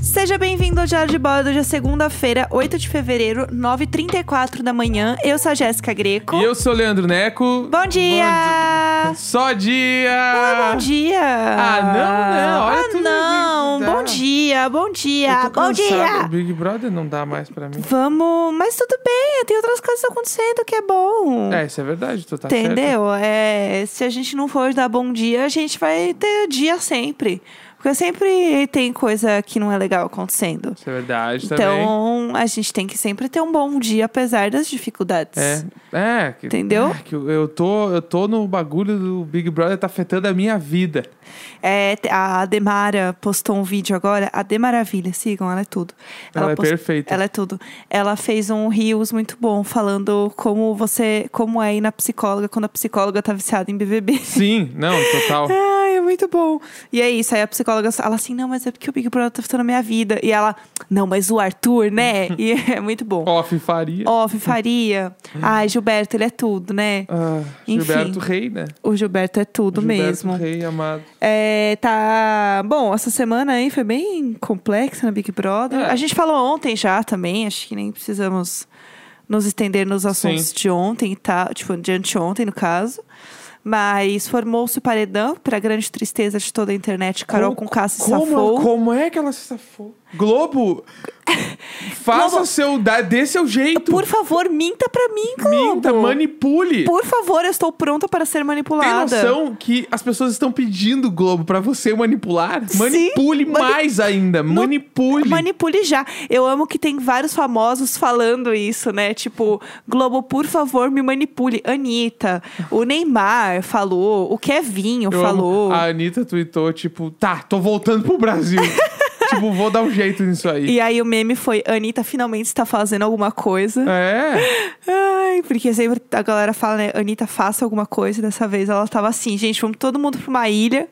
Seja bem-vindo ao Diário de Bordo. Hoje é segunda-feira, 8 de fevereiro, 9h34 da manhã. Eu sou a Jéssica Greco. E eu sou o Leandro Neco. Bom dia! Só Oi, dia! bom dia! Ah, não, né? Olha ah, tudo não! isso, tá? Bom dia, bom Eu dia, tô bom cansado. dia! Big Brother não dá mais pra mim. Vamos, mas tudo bem, tem outras coisas acontecendo que é bom. É, isso é verdade, tu tá certo. Entendeu? É, se a gente não for dar bom dia, a gente vai ter dia sempre. Porque sempre tem coisa que não é legal acontecendo. Isso é verdade também. Então, a gente tem que sempre ter um bom dia, apesar das dificuldades. É, é. que- Entendeu? é, que eu- eu, tô, eu tô no bagulho do Big Brother, tá afetando a minha vida. É, te- a Demara postou um vídeo agora. A Demaravilha, sigam, ela é tudo. Ela, é post- perfeita. Ela é tudo. Ela fez um Rios muito bom, falando como você. Como é ir na psicóloga quando a psicóloga tá viciada em BBB. Sim, não, total. Ai, é muito bom. E é isso. Aí a psicóloga, ela assim, não, mas é porque o Big Brother tá afetando a minha vida. E ela, não, mas o Arthur, né? E é muito bom. Off faria. Ó, Faria. Hum. Ai, Gilberto, ele é tudo, né? Ah, Enfim. Gilberto Rei, né? O Gilberto é tudo Gilberto mesmo. Rei, amado. É, tá. Bom, essa semana aí foi bem complexa na Big Brother. É. A gente falou ontem já também, acho que nem precisamos nos estender nos assuntos de ontem e tal, tipo, de anteontem, no caso. Mas formou-se o paredão, pra grande tristeza de toda a internet. Carol com K se como, safou. Como é que ela se safou? Globo, faça Globo. seu. dá- Dê seu jeito. Por favor, minta pra mim, Globo. Minta, manipule. Por favor, eu estou pronta para ser Tem manipulada. noção que as pessoas estão pedindo Globo pra você manipular? Sim, Manipule mani- mais ainda. Manipule. Manipule já. Eu amo que tem vários famosos falando isso, né? Tipo, Globo, por favor, me manipule. Anitta, o Neymar falou, o Kevinho Eu amo. Ah, falou. A Anitta tweetou, tipo, tá, tô voltando pro Brasil. tipo, vou dar um jeito nisso aí. E aí o meme foi, Anitta finalmente está fazendo alguma coisa. É. Ai, porque sempre a galera fala, né? Anitta, faça alguma coisa. Dessa vez ela tava assim, gente, vamos todo mundo pra uma ilha.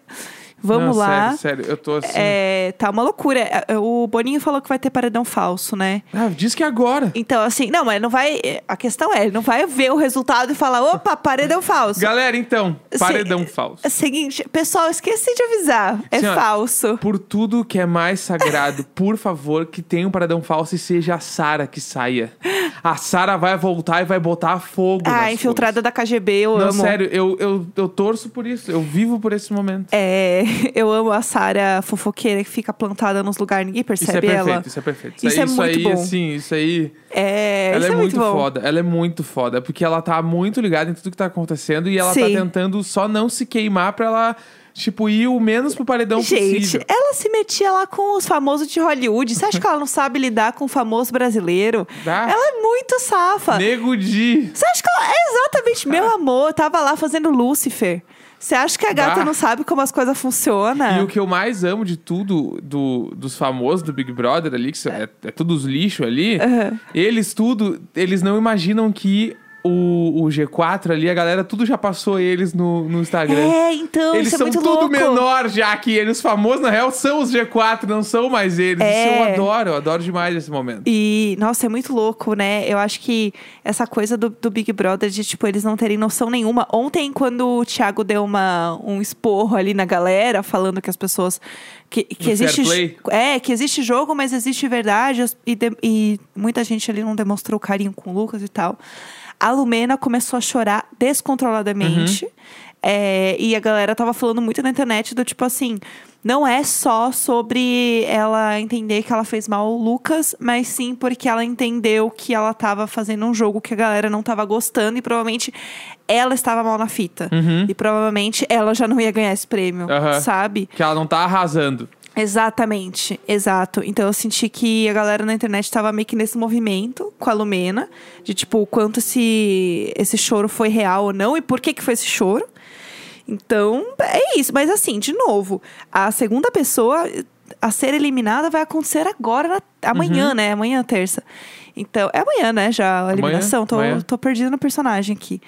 Vamos Não, lá. Sério, sério, eu tô assim. É, tá uma loucura. É, é, O Boninho falou que vai ter paredão falso, né? Ah, diz que é agora. Então, assim, não, mas não vai. A questão é, ele não vai ver o resultado e falar, opa, paredão falso. Galera, então, Se- paredão falso. É o Seguinte, pessoal, esqueci de avisar. É Senhora, falso. Por tudo que é mais sagrado, por favor, que tenha um paradão falso e seja a Sara que saia. A Sara vai voltar e vai botar fogo. Ah, nas infiltrada da KGB, eu coisas. amo. Não, sério, eu, eu, eu torço por isso. Eu vivo por esse momento. É, eu amo a Sara fofoqueira que fica plantada nos lugares, ninguém isso é percebe perfeito, ela. isso é perfeito. Isso aí, é muito aí, bom. assim, isso aí. É, ela isso é, muito bom. foda. Ela é muito foda. Porque ela tá muito ligada em tudo que tá acontecendo e ela Sim. tá tentando só não se queimar pra ela, tipo, ir o menos pro paredão Gente, possível. ela se metia lá com os famosos de Hollywood. Você acha que ela não sabe lidar com o famoso brasileiro? Dá. Ela é muito safa. Nego Di. Você acha que ela... é Exatamente, meu amor, eu tava lá fazendo Lúcifer. Você acha que a gata Bah. não sabe como as coisas E funcionam? o que eu mais amo de tudo do, dos famosos do Big Brother ali, que são- é, é tudo os lixos ali, Aham. eles tudo, eles não imaginam que o, o G4 ali, a galera tudo já passou eles no, no Instagram. É, então, Eles isso é são muito tudo louco. menor já que eles, os famosos, na real, são os G4, não são mais eles. Isso É. eu adoro, eu adoro demais esse momento. E, nossa, é muito louco, né? Eu acho que essa coisa do, do Big Brother, de, tipo, eles não terem noção nenhuma. Ontem, quando o Thiago deu uma, um esporro ali na galera, falando que as pessoas. Que, que fair existe. play? É, que existe jogo, mas existe verdade. as- E, de- e muita gente ali não demonstrou carinho com o Lucas e tal. A Lumena começou a chorar descontroladamente. É, e a galera tava falando muito na internet do tipo assim. Não é só sobre ela entender que ela fez mal ao Lucas, mas sim porque ela entendeu que ela tava fazendo um jogo que a galera não tava gostando e provavelmente ela estava mal na fita. E provavelmente ela já não ia ganhar esse prêmio, Aham. sabe? Que ela não tá arrasando. Exatamente, exato. Então eu senti que a galera na internet tava meio que nesse movimento com a Lumena, de tipo, o quanto esse, esse choro foi real ou não e por que que foi esse choro. Então, é isso. Mas assim, de novo, a segunda pessoa a ser eliminada vai acontecer agora, na- amanhã, né? Amanhã, terça. Então, é amanhã, né? Já a eliminação. Tô, amanhã. tô perdida no personagem aqui.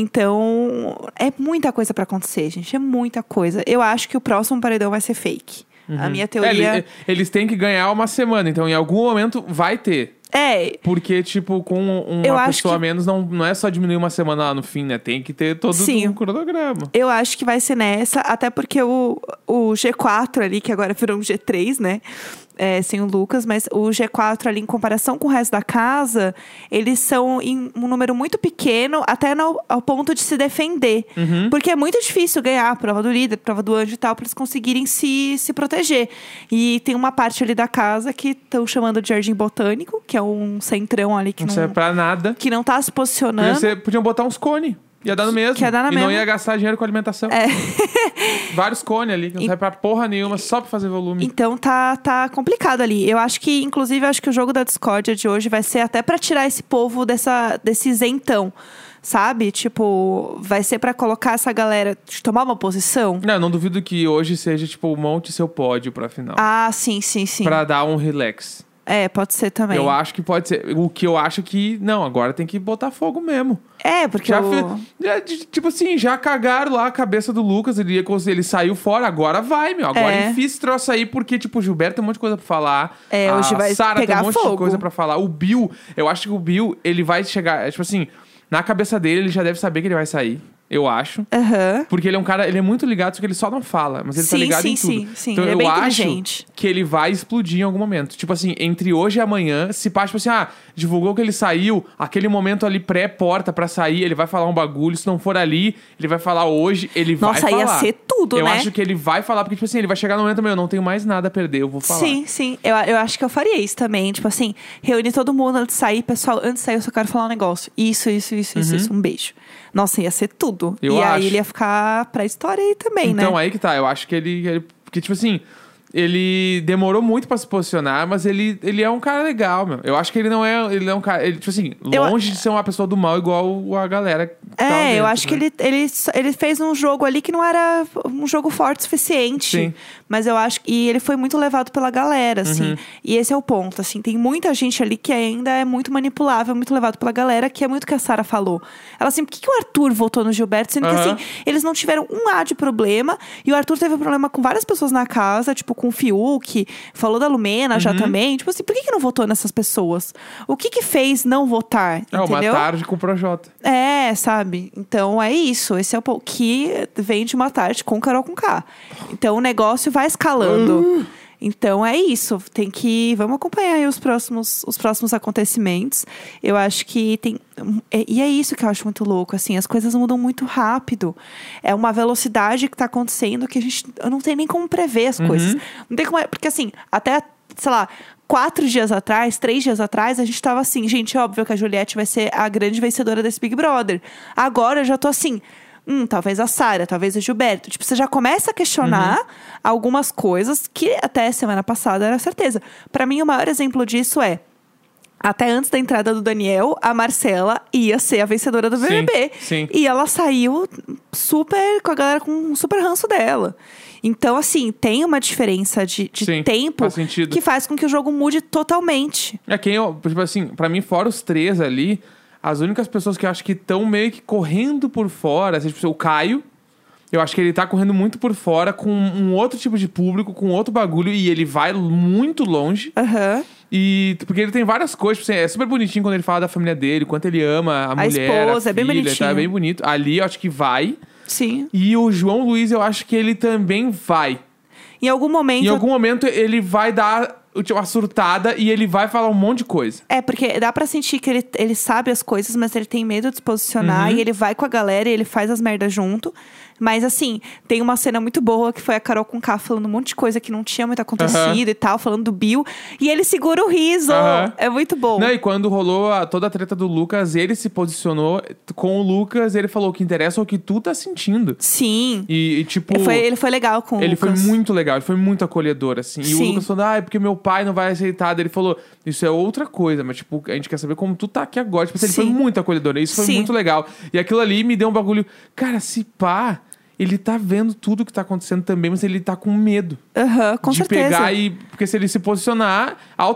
Então, é muita coisa pra acontecer, gente. É muita coisa. Eu acho que o próximo paredão vai ser fake. A minha É, teoria. ele- eles têm que ganhar uma semana, então em algum momento vai ter. É, Porque, tipo, com uma Eu acho pessoa a que- menos, não, não é só diminuir uma semana lá no fim, né? Tem que ter todo Sim. um cronograma. eu acho que vai ser nessa, até porque o, o G4 ali, que agora virou um G3, né? é, sem o Lucas, mas o G4 ali, em comparação com o resto da casa, eles são em um número muito pequeno, até no- ao ponto de se defender. Uhum. Porque é muito difícil ganhar a prova do líder, a prova do anjo e tal, pra eles conseguirem se, se proteger. E tem uma parte ali da casa que estão chamando de jardim botânico, que é um centrão ali que Não não, serve pra nada. que não tá se Podia posicionando. ser- podiam botar uns cones. Ia dar no mesmo. Que ia dar na e não mesma. É. ia gastar dinheiro com alimentação. Vários cones ali, que não serve pra porra nenhuma, só pra fazer volume. Então tá, tá complicado ali. Eu acho que, inclusive, eu acho que o jogo da discórdia de hoje vai ser até pra tirar esse povo dessa, desse isentão, sabe? Tipo, vai ser pra colocar essa galera de tomar uma posição. Não, eu não duvido que hoje seja, tipo, monte seu pódio pra final. Ah, sim, sim, sim. Pra dar um relax. É, pode ser também. Eu acho que pode ser. O que eu acho que. Não, agora tem que botar fogo mesmo. É, porque Já, o- fe- já, de- tipo assim, já cagaram lá a cabeça do Lucas, ele, ia cons- ele saiu fora, agora vai, meu. Agora É. enfia esse troço aí, porque, tipo, o Gilberto tem um monte de coisa pra falar. É, a hoje vai Sara tem um pegar monte de fogo. coisa pra falar. O Bill, eu acho que o Bill, ele vai chegar. é, Tipo assim, na cabeça dele, ele já deve saber que ele vai sair. Eu acho. Aham. Porque ele é um cara, ele é muito ligado, só que ele só não fala, mas ele tá Sim, ligado sim, em tudo. sim, sim. Então Ele é eu bem acho inteligente. que ele vai explodir em algum momento. Tipo assim, entre hoje e amanhã, se pá, tipo assim, ah, divulgou que ele saiu, aquele momento ali pré-porta pra sair, ele vai falar um bagulho, se não for ali, ele vai falar hoje, ele Nossa, vai ia falar. ser tudo, eu né? acho que ele vai falar, porque tipo assim, ele vai chegar no momento, meu, eu não tenho mais nada a perder, eu vou falar. Sim, sim. Eu, eu acho que eu faria isso também. Tipo assim, reunir todo mundo antes de sair. Pessoal, antes de sair eu só quero falar um negócio. Isso, isso, isso, isso, isso. Um beijo. Nossa, ia ser tudo. Uhum. Eu e acho. aí ele ia ficar pra história aí também, né? Então aí que tá, eu acho que ele, ele porque tipo assim, ele demorou muito pra se posicionar, mas ele, ele é um cara legal, meu. Eu acho que ele não é, ele é um cara, ele, tipo assim, Eu- longe de ser uma pessoa do mal igual a galera. que tá É, lá eu dentro, acho que né? ele, ele, só- ele fez um jogo ali que não era um jogo forte o suficiente. Sim. Mas eu acho que. E ele foi muito levado pela galera, Uhum. assim. E esse é o ponto, assim. Tem muita gente ali que ainda é muito manipulável, muito levado pela galera, que é muito o que a Sara falou. Ela assim, por que, que o Arthur votou no Gilberto? Sendo que, Aham. assim, eles não tiveram um A de problema. E o Arthur teve um problema com várias pessoas na casa, tipo com o Fiuk, falou da Lumena Uhum. já também. Tipo assim, por que, que não votou nessas pessoas? O que que fez não votar? É, uma entendeu? tarde com o Projota. É, sabe? Então é isso. Esse é o po- que vem de uma tarde com Carol com K. Então o negócio vai escalando. Então é isso. Tem que. Vamos acompanhar aí os próximos, os próximos acontecimentos. Eu acho que tem. é- E é isso que eu acho muito louco. Assim, as coisas mudam muito rápido. É uma velocidade que tá acontecendo que a gente. Eu não tem nem como prever as coisas. Não tem como. é- Porque assim, até, sei lá, quatro dias atrás, três dias atrás, a gente tava assim, gente, é óbvio que a Juliette vai ser a grande vencedora desse Big Brother. Agora eu já tô assim, hum, talvez a Sara, talvez o Gilberto. Tipo, você já começa a questionar Uhum. algumas coisas que até semana passada era certeza. Pra mim, o maior exemplo disso é. Até antes da entrada do Daniel, a Marcela ia ser a vencedora do Sim, BBB. sim. E ela saiu super com a galera com um super ranço dela. Então, assim, tem uma diferença de, de Sim, tempo faz sentido. que faz com que o jogo mude totalmente. É quem eu, tipo assim, pra mim, fora os três ali, as únicas pessoas que eu acho que estão meio que correndo por fora, assim, tipo, o Caio, eu acho que ele tá correndo muito por fora com um outro tipo de público, com outro bagulho, e ele vai muito longe. Aham. E porque ele tem várias coisas, tipo assim, é super bonitinho quando ele fala da família dele, quanto ele ama a, mulher, esposa, a é bem filha, Tá bonitinho. bem bonito. Ali eu acho que vai. Sim. E o João Luiz, eu acho que ele também vai. Em algum momento. Em algum momento ele vai dar tipo, uma surtada e ele vai falar um monte de coisa. É, porque dá pra sentir que ele, ele sabe as coisas, mas ele tem medo de se posicionar. Uhum. E ele vai com a galera e ele faz as merdas junto. Mas, assim, tem uma cena muito boa que foi a Carol com K falando um monte de coisa que não tinha muito acontecido Aham. e tal, falando do Bill. E ele segura o riso. Aham. É muito bom. Não, Né, e quando rolou a- toda a treta do Lucas, ele se posicionou com o Lucas, ele falou o que interessa é o que tu tá sentindo. Sim. E, e, tipo. Ele foi, ele foi legal com o Ele foi Lucas. muito legal, ele foi muito acolhedor, assim. E o Sim. Lucas falando, ah, é porque meu pai não vai aceitar. Daí Ele falou, isso é outra coisa, mas, tipo, a gente quer saber como tu tá aqui agora. Tipo, assim, ele Sim. foi muito acolhedor, isso foi Sim. muito legal. E aquilo ali me deu um bagulho. Cara, se pá, ele tá vendo tudo que tá acontecendo também, mas ele tá com medo Aham, com de certeza. pegar e. Porque se ele se posicionar,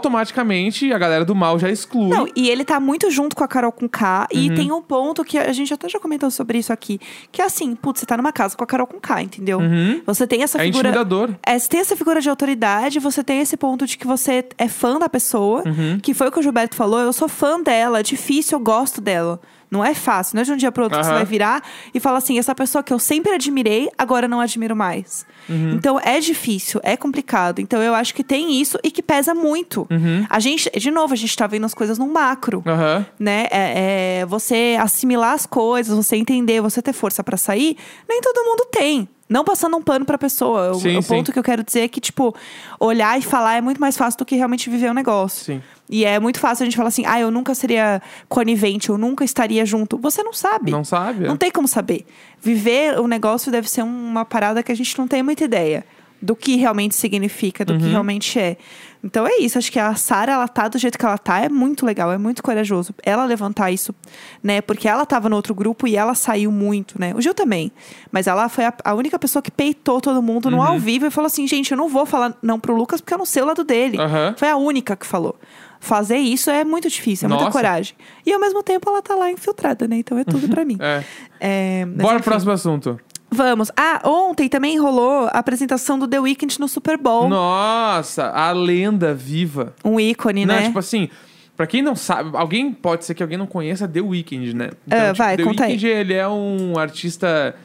automaticamente a galera do mal já exclui. Não, e ele tá muito junto com a Carol com K. E tem um ponto que a gente até já comentou sobre isso aqui. Que é assim, putz, você tá numa casa com a Carol com K, entendeu? Você tem essa é figura. intimidador. É, você tem essa figura de autoridade, você tem esse ponto de que você é fã da pessoa, que foi o que o Gilberto falou, eu sou fã dela, é difícil, eu gosto dela. Não é fácil, não é de um dia pro outro que você Aham. vai virar e falar assim: essa pessoa que eu sempre admirei, agora não admiro mais. Então é difícil, é complicado. Então eu acho que tem isso e que pesa muito. A gente, de novo, a gente tá vendo as coisas num macro Aham. né? É, é, você assimilar as coisas, você entender, você ter força pra sair, nem todo mundo tem. Não passando um pano pra pessoa. O- Sim, o sim. ponto que eu quero dizer é que, tipo, olhar e falar é muito mais fácil do que realmente viver o negócio. Sim. E é muito fácil a gente falar assim, ah, eu nunca seria conivente, eu nunca estaria junto. Você não sabe. Não sabe? é. Não tem como saber. Viver o negócio deve ser uma parada que a gente não tem muita ideia do que realmente significa, do Uhum. que realmente é. Então é isso, acho que a Sara ela tá do jeito que ela tá, é muito legal, é muito corajoso ela levantar isso, né? Porque ela tava no outro grupo e ela saiu muito, né? O Gil também, mas ela foi a, a única pessoa que peitou todo mundo Uhum. no ao vivo e falou assim: "Gente, eu não vou falar não pro Lucas porque eu não sei o lado dele". Aham. Foi a única que falou. Fazer isso é muito difícil, é muita Nossa. coragem. E ao mesmo tempo ela tá lá infiltrada, né? Então é tudo pra mim. É. É, mas Bora enfim. pro próximo assunto. Vamos. Ah, ontem também rolou a apresentação do The Weeknd no Super Bowl. Nossa, a lenda viva. Um ícone, Não, né? tipo assim, pra quem não sabe, alguém pode ser que alguém não conheça The Weeknd, né? Ah, tipo, vai, The conta aí. Weeknd, ele é um artista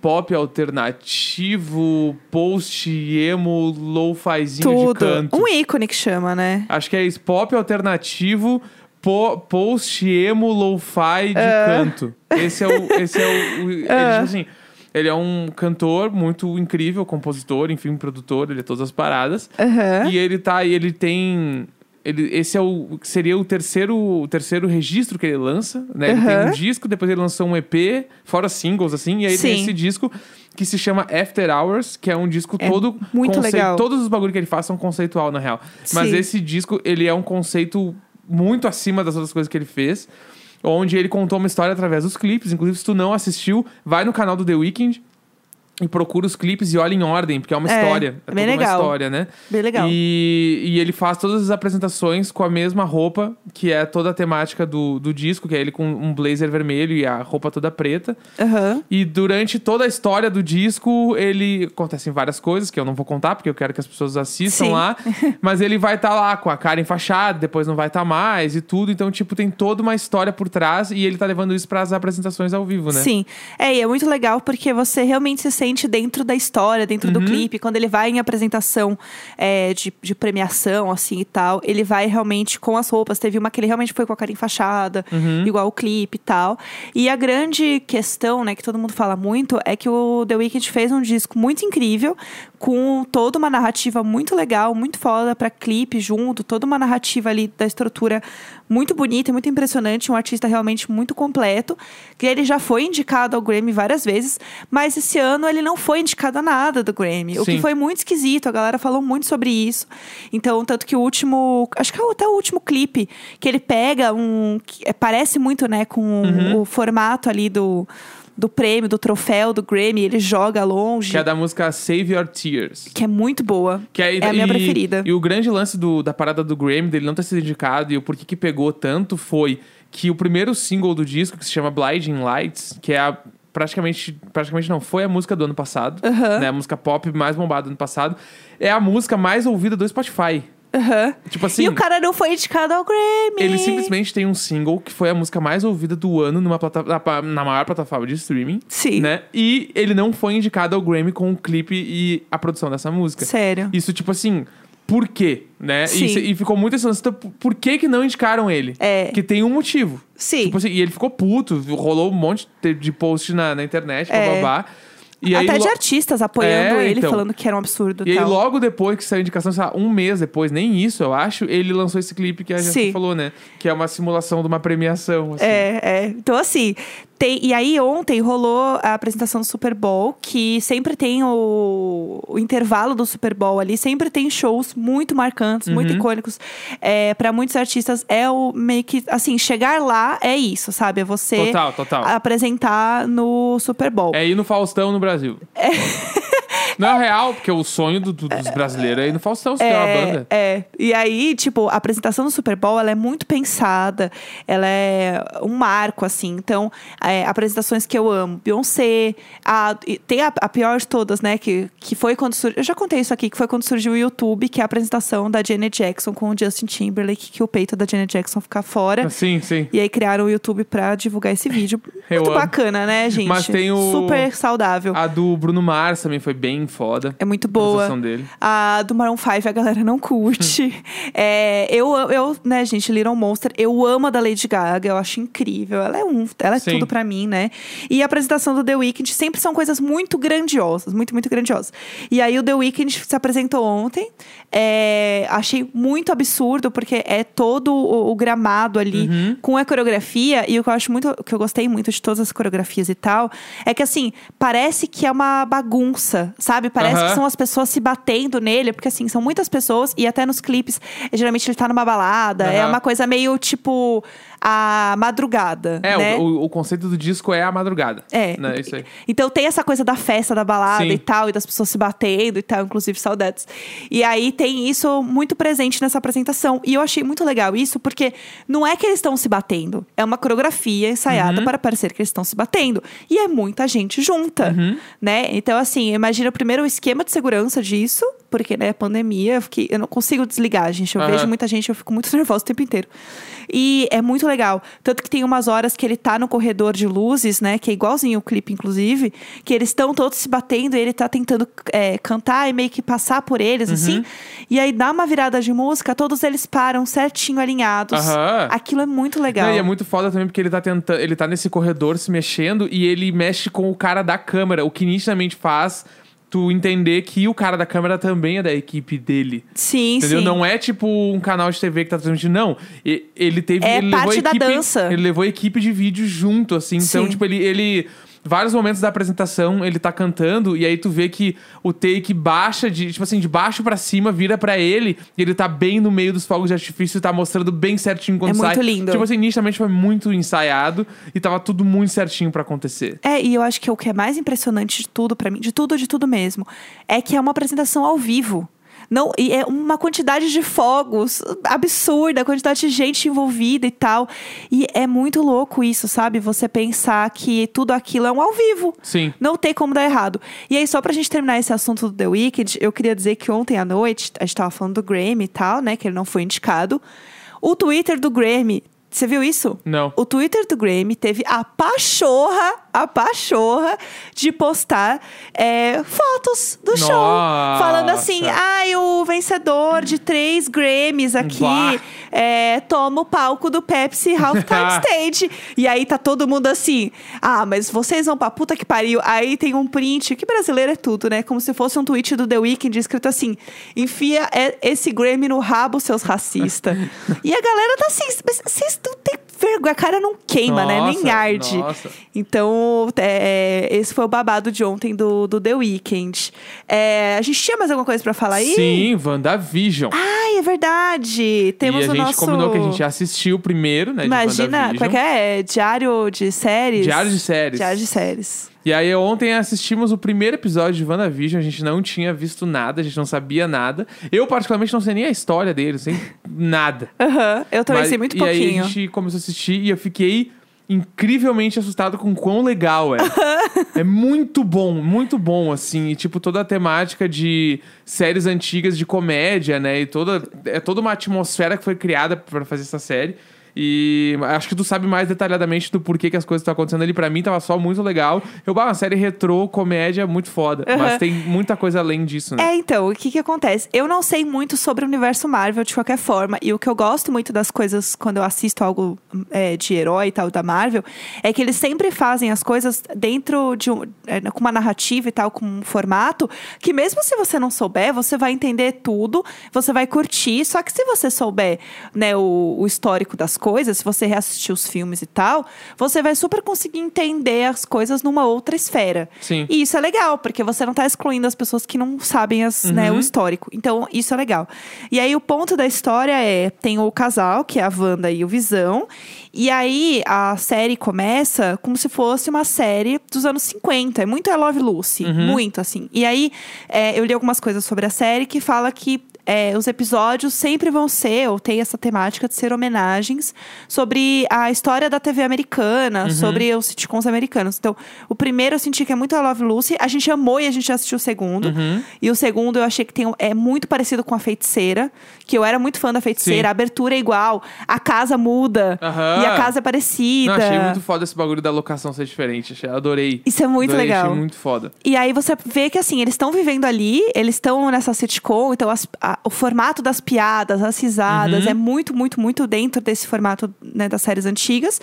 pop alternativo, post emo, low-fizinho de Tudo. canto. Um ícone que chama, né? Acho que é isso, pop alternativo, po- post emo, lo-fi de canto. Esse é o. Esse é o, o- ele, tipo assim, ele é um cantor muito incrível, compositor, enfim, produtor, ele é todas as paradas. Aham. E ele tá, e ele tem. Ele, esse é o. Seria o terceiro, o terceiro registro que ele lança, né? Ele tem um Aham. disco, depois ele lançou um EP, fora singles, assim, e aí tem Sim. esse disco que se chama After Hours, que é um disco todo muito concei- legal. Todos os bagulho que ele faz são conceitual, na real. Mas Sim. esse disco, ele é um conceito muito acima das outras coisas que ele fez. Onde ele contou uma história através dos clipes. Inclusive, se tu não assistiu, vai no canal do The Weeknd e procura os clipes e olha em ordem, porque é uma É, história. É bem toda legal. uma história, né? Bem legal. E, e ele faz todas as apresentações com a mesma roupa, que é toda a temática do, do disco, que é ele com um blazer vermelho e a roupa toda preta. Aham. E durante toda a história do disco, ele acontecem várias coisas que eu não vou contar, porque eu quero que as pessoas assistam Sim. lá. Mas ele vai estar lá com a cara enfaixada, depois não vai estar mais e tudo. Então, tipo, tem toda uma história por trás e ele tá levando isso pras apresentações ao vivo, né? Sim. É, e é muito legal porque você realmente se sente dentro da história, dentro Uhum. do clipe. Quando ele vai em apresentação é, de, de premiação, assim e tal, ele vai realmente com as roupas. Teve uma que ele realmente foi com a cara enfaixada, Uhum. igual o clipe e tal. E a grande questão, né, que todo mundo fala muito, é que o The Weeknd fez um disco muito incrível, com toda uma narrativa muito legal, muito foda pra clipe junto, toda uma narrativa ali da estrutura muito bonita, e muito impressionante, um artista realmente muito completo, que ele já foi indicado ao Grammy várias vezes, mas esse ano ele não foi indicado a nada do Grammy, o Sim. que foi muito esquisito, a galera falou muito sobre isso. Então, tanto que o último, acho que é até o último clipe que ele pega um que é, parece muito, né, com Uhum. o formato ali do do prêmio, do troféu, do Grammy, ele joga longe Que é da música Save Your Tears. que é muito boa. Que aí- é a minha e- preferida. E o grande lance do- da parada do Grammy, dele não ter sido indicado e o porquê que pegou tanto foi que o primeiro single do disco, que se chama Blinding Lights, que é a- praticamente, praticamente não, foi a música do ano passado, né? A música pop mais bombada do ano passado, é a música mais ouvida do Spotify. Aham. Tipo assim, E o cara não foi indicado ao Grammy. ele simplesmente tem um single que foi a música mais ouvida do ano numa plata- na, na maior plataforma de streaming. Sim. Né? E ele não foi indicado ao Grammy com o clipe e a produção dessa música. Sério. Isso, tipo assim, por quê? Né? Sim. E, se- e ficou muito esse lance, então, por por que, que não indicaram ele? É. Que tem um motivo. Sim. Tipo assim, e ele ficou puto, rolou um monte de- de post na, na internet, É. babá. E aí, Até de lo- artistas apoiando É, ele, então. falando que era um absurdo e aí, tal. logo depois que saiu a indicação, sei lá, um mês depois, nem isso, eu acho, ele lançou esse clipe que a gente Sim. falou, né? Que é uma simulação de uma premiação, assim. É, é. Então, assim, tem- e aí ontem rolou a apresentação do Super Bowl, que sempre tem o, o intervalo do Super Bowl ali, sempre tem shows muito marcantes, muito icônicos. É, para muitos artistas, é o meio que, assim, chegar lá é isso, sabe? É você Ah, Total, total. apresentar no Super Bowl. É. É ir no Faustão no Brasil. Não é real, porque o sonho do- do- dos brasileiros é ir no Faustão, se tem uma banda. é. E aí, tipo, a apresentação do Super Bowl, ela é muito pensada. Ela é um marco, assim. Então, é, apresentações que eu amo. Beyoncé. A, e tem a, a pior de todas, né? Que, que foi quando surgiu... Eu já contei isso aqui, que foi quando surgiu o YouTube, que é a apresentação da Janet Jackson com o Justin Timberlake, que o peito da Janet Jackson fica fora. Sim, sim. E aí criaram o YouTube pra divulgar esse vídeo. Eu Muito amo. bacana, né, gente? Mas tem o- Super saudável. A do Bruno Mars também foi bem foda. É muito A boa. apresentação dele. A do Maroon 5 a galera não curte. Hum. é, eu, am- eu, né, gente, Little Monster, eu amo a da Lady Gaga, eu acho incrível. Ela é um, ela é Sim. tudo pra mim, né? E a apresentação do The Weeknd sempre são coisas muito grandiosas, muito, muito grandiosas. E aí o The Weeknd se apresentou ontem. é, achei muito absurdo, porque é todo o, o gramado ali Uhum. com a coreografia. E o que eu acho muito, o que eu gostei muito de todas as coreografias e tal, é que assim, parece que é uma bagunça, sabe? Parece que Aham. são as pessoas se batendo nele, porque assim, são muitas pessoas, e até nos clipes, geralmente ele tá numa balada, é Aham. uma coisa meio tipo a madrugada. É, o- né? o, o conceito do disco é a madrugada. É. Né, isso aí. Então tem essa coisa da festa, da balada Sim. e tal, e das pessoas se batendo e tal, inclusive saudades. E aí tem isso muito presente nessa apresentação. E eu achei muito legal isso, porque não é que eles estão se batendo, é uma coreografia ensaiada Uhum. para parecer que eles estão se batendo. E é muita gente junta, Uhum. né? Então, assim, imagina primeiro o esquema de segurança disso, porque, né, pandemia, eu, fiquei- eu não consigo desligar, gente. Eu Aham. vejo muita gente, eu fico muito nervosa o tempo inteiro. E é muito legal. Tanto que tem umas horas que ele tá no corredor de luzes, né? Que é igualzinho o clipe, inclusive. Que eles estão todos se batendo e ele tá tentando é, cantar e meio que passar por eles, Uhum. assim. E aí dá uma virada de música, todos eles param certinho, alinhados. Aham. Aquilo é muito legal. Não, e é muito foda também porque ele tá tentando, ele tá nesse corredor se mexendo e ele mexe com o cara da câmera, o que nitidamente faz tu entender que o cara da câmera também é da equipe dele. Sim, Entendeu? sim. Não é tipo um canal de TV que tá transmitindo, não. E- Ele teve. É ele parte levou a da equipe, dança. Ele levou a equipe de vídeo junto, assim. Então, Sim. tipo, ele. ele- Vários momentos da apresentação, ele tá cantando, e aí tu vê que o take baixa, de, tipo assim, de baixo pra cima, vira pra ele, e ele tá bem no meio dos fogos de artifício, tá mostrando bem certinho quando É sai. muito lindo. Tipo assim, nitidamente foi muito ensaiado, e tava tudo muito certinho pra acontecer. É, e eu acho que o que é mais impressionante de tudo pra mim, de tudo, de tudo mesmo, é que é uma apresentação ao vivo. Não, e é uma quantidade de fogos absurda, a quantidade de gente envolvida e tal. E é muito louco isso, sabe? Você pensar que tudo aquilo é um ao vivo. Sim. Não tem como dar errado. E aí, só pra gente terminar esse assunto do The Wicked, eu queria dizer que ontem à noite, a gente tava falando do Grammy e tal, né? Que ele não foi indicado. O Twitter do Grammy, você viu isso? Não. O Twitter do Grammy teve a pachorra, a pachorra de postar é, fotos do show. Nossa. Falando assim, ai, o vencedor de três Grammys aqui Bah. é, toma o palco do Pepsi Halftime Stage. E aí tá todo mundo assim, ah, mas vocês vão pra puta que pariu. Aí tem um print, que brasileiro é tudo, né? Como se fosse um tweet do The Weeknd escrito assim, enfia é- esse Grammy no rabo, seus racistas. e a galera tá assim, mas vocês não tem vergonha, a cara não queima, né? Nem Nossa, arde. nossa. Então, é, esse foi o babado de ontem do, do The Weeknd. É, a gente tinha mais alguma coisa pra falar aí? Sim, WandaVision. Ai, é verdade. Temos e a o gente nosso. combinou que a gente já assistiu primeiro, né? de Imagina, WandaVision. qual é que é? Diário de séries? Diário de séries. Diário de séries. E aí ontem assistimos o primeiro episódio de WandaVision, a gente não tinha visto nada, a gente não sabia nada. Eu particularmente não sei nem a história dele, não sei nada. Aham, eu também sei muito e aí pouquinho. a gente começou a assistir e eu fiquei incrivelmente assustado com quão legal é. é muito bom, muito bom, assim. E, tipo, toda a temática de séries antigas de comédia, né? E toda, é toda uma atmosfera que foi criada pra fazer essa série. E acho que tu sabe mais detalhadamente do porquê que as coisas estão acontecendo ali. Pra mim tava só muito legal. Eu, bah, uma série retrô, comédia, muito foda. Mas tem muita coisa além disso, né? É, então, o que que acontece? Eu não sei muito sobre o universo Marvel de qualquer forma. E o que eu gosto muito das coisas quando eu assisto algo é, de herói e tal da Marvel é que eles sempre fazem as coisas dentro de um, é, com uma narrativa e tal, com um formato que mesmo se você não souber, você vai entender tudo, você vai curtir. Só que se você souber né, o, o histórico das coisas, se você reassistir os filmes e tal, você vai super conseguir entender as coisas numa outra esfera. Sim. E isso é legal, porque você não tá excluindo as pessoas que não sabem as, né, o histórico. Então, isso é legal. E aí, o ponto da história é: tem o casal, que é a Wanda e o Visão. E aí, a série começa como se fosse uma série dos anos 50. É muito I Love Lucy. Muito, assim. E aí, é, eu li algumas coisas sobre a série que fala que é, os episódios sempre vão ser, ou tem essa temática de ser homenagens sobre a história da TV americana, Uhum. sobre os sitcoms americanos. Então, o primeiro eu senti que é muito a Love Lucy, a gente amou e a gente já assistiu o segundo. Uhum. E o segundo eu achei que tem, um- é muito parecido com a feiticeira, que eu era muito fã da feiticeira, Sim. a abertura é igual, a casa muda Aham. e a casa é parecida. Não, achei muito foda esse bagulho da locação ser diferente. Achei, adorei. Isso é muito Adorei, legal. Achei muito foda. E aí você vê que assim, eles estão vivendo ali, eles estão nessa sitcom, então as- a- o formato das piadas, as risadas, Uhum. é muito, muito, muito dentro desse formato né, das séries antigas.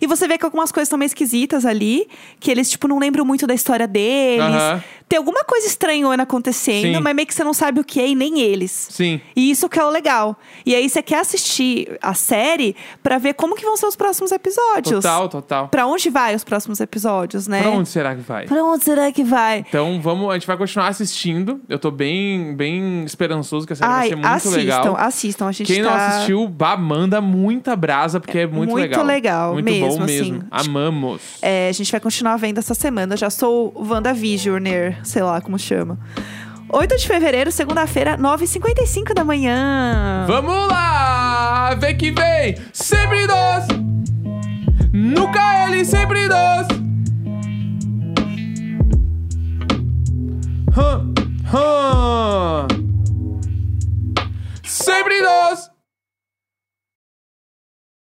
E você vê que algumas coisas estão meio esquisitas ali, que eles, tipo, não lembram muito da história deles. Aham. Tem alguma coisa estranhona acontecendo, Sim. mas meio que você não sabe o que é e nem eles. Sim. E isso que é o legal. E aí você quer assistir a série pra ver como que vão ser os próximos episódios. Total, total. Pra onde vai os próximos episódios, né? Pra onde será que vai? Pra onde será que vai? Então vamos, a gente vai continuar assistindo. Eu tô bem, bem esperançoso que a série vai Ai, ser muito assistam, legal. assistam. A gente Quem tá... não assistiu, bah, manda muita brasa, porque é muito, muito legal. legal Muito mesmo, bom mesmo. assim. Amamos. É, a gente vai continuar vendo essa semana. Eu já sou WandaVisioner, sei lá como chama. 8 de fevereiro, segunda-feira, 9h55 da manhã. Vamos lá! Vem que vem! Sempre nós! Nunca ele, sempre nós! Hã, hã. Sempre nós!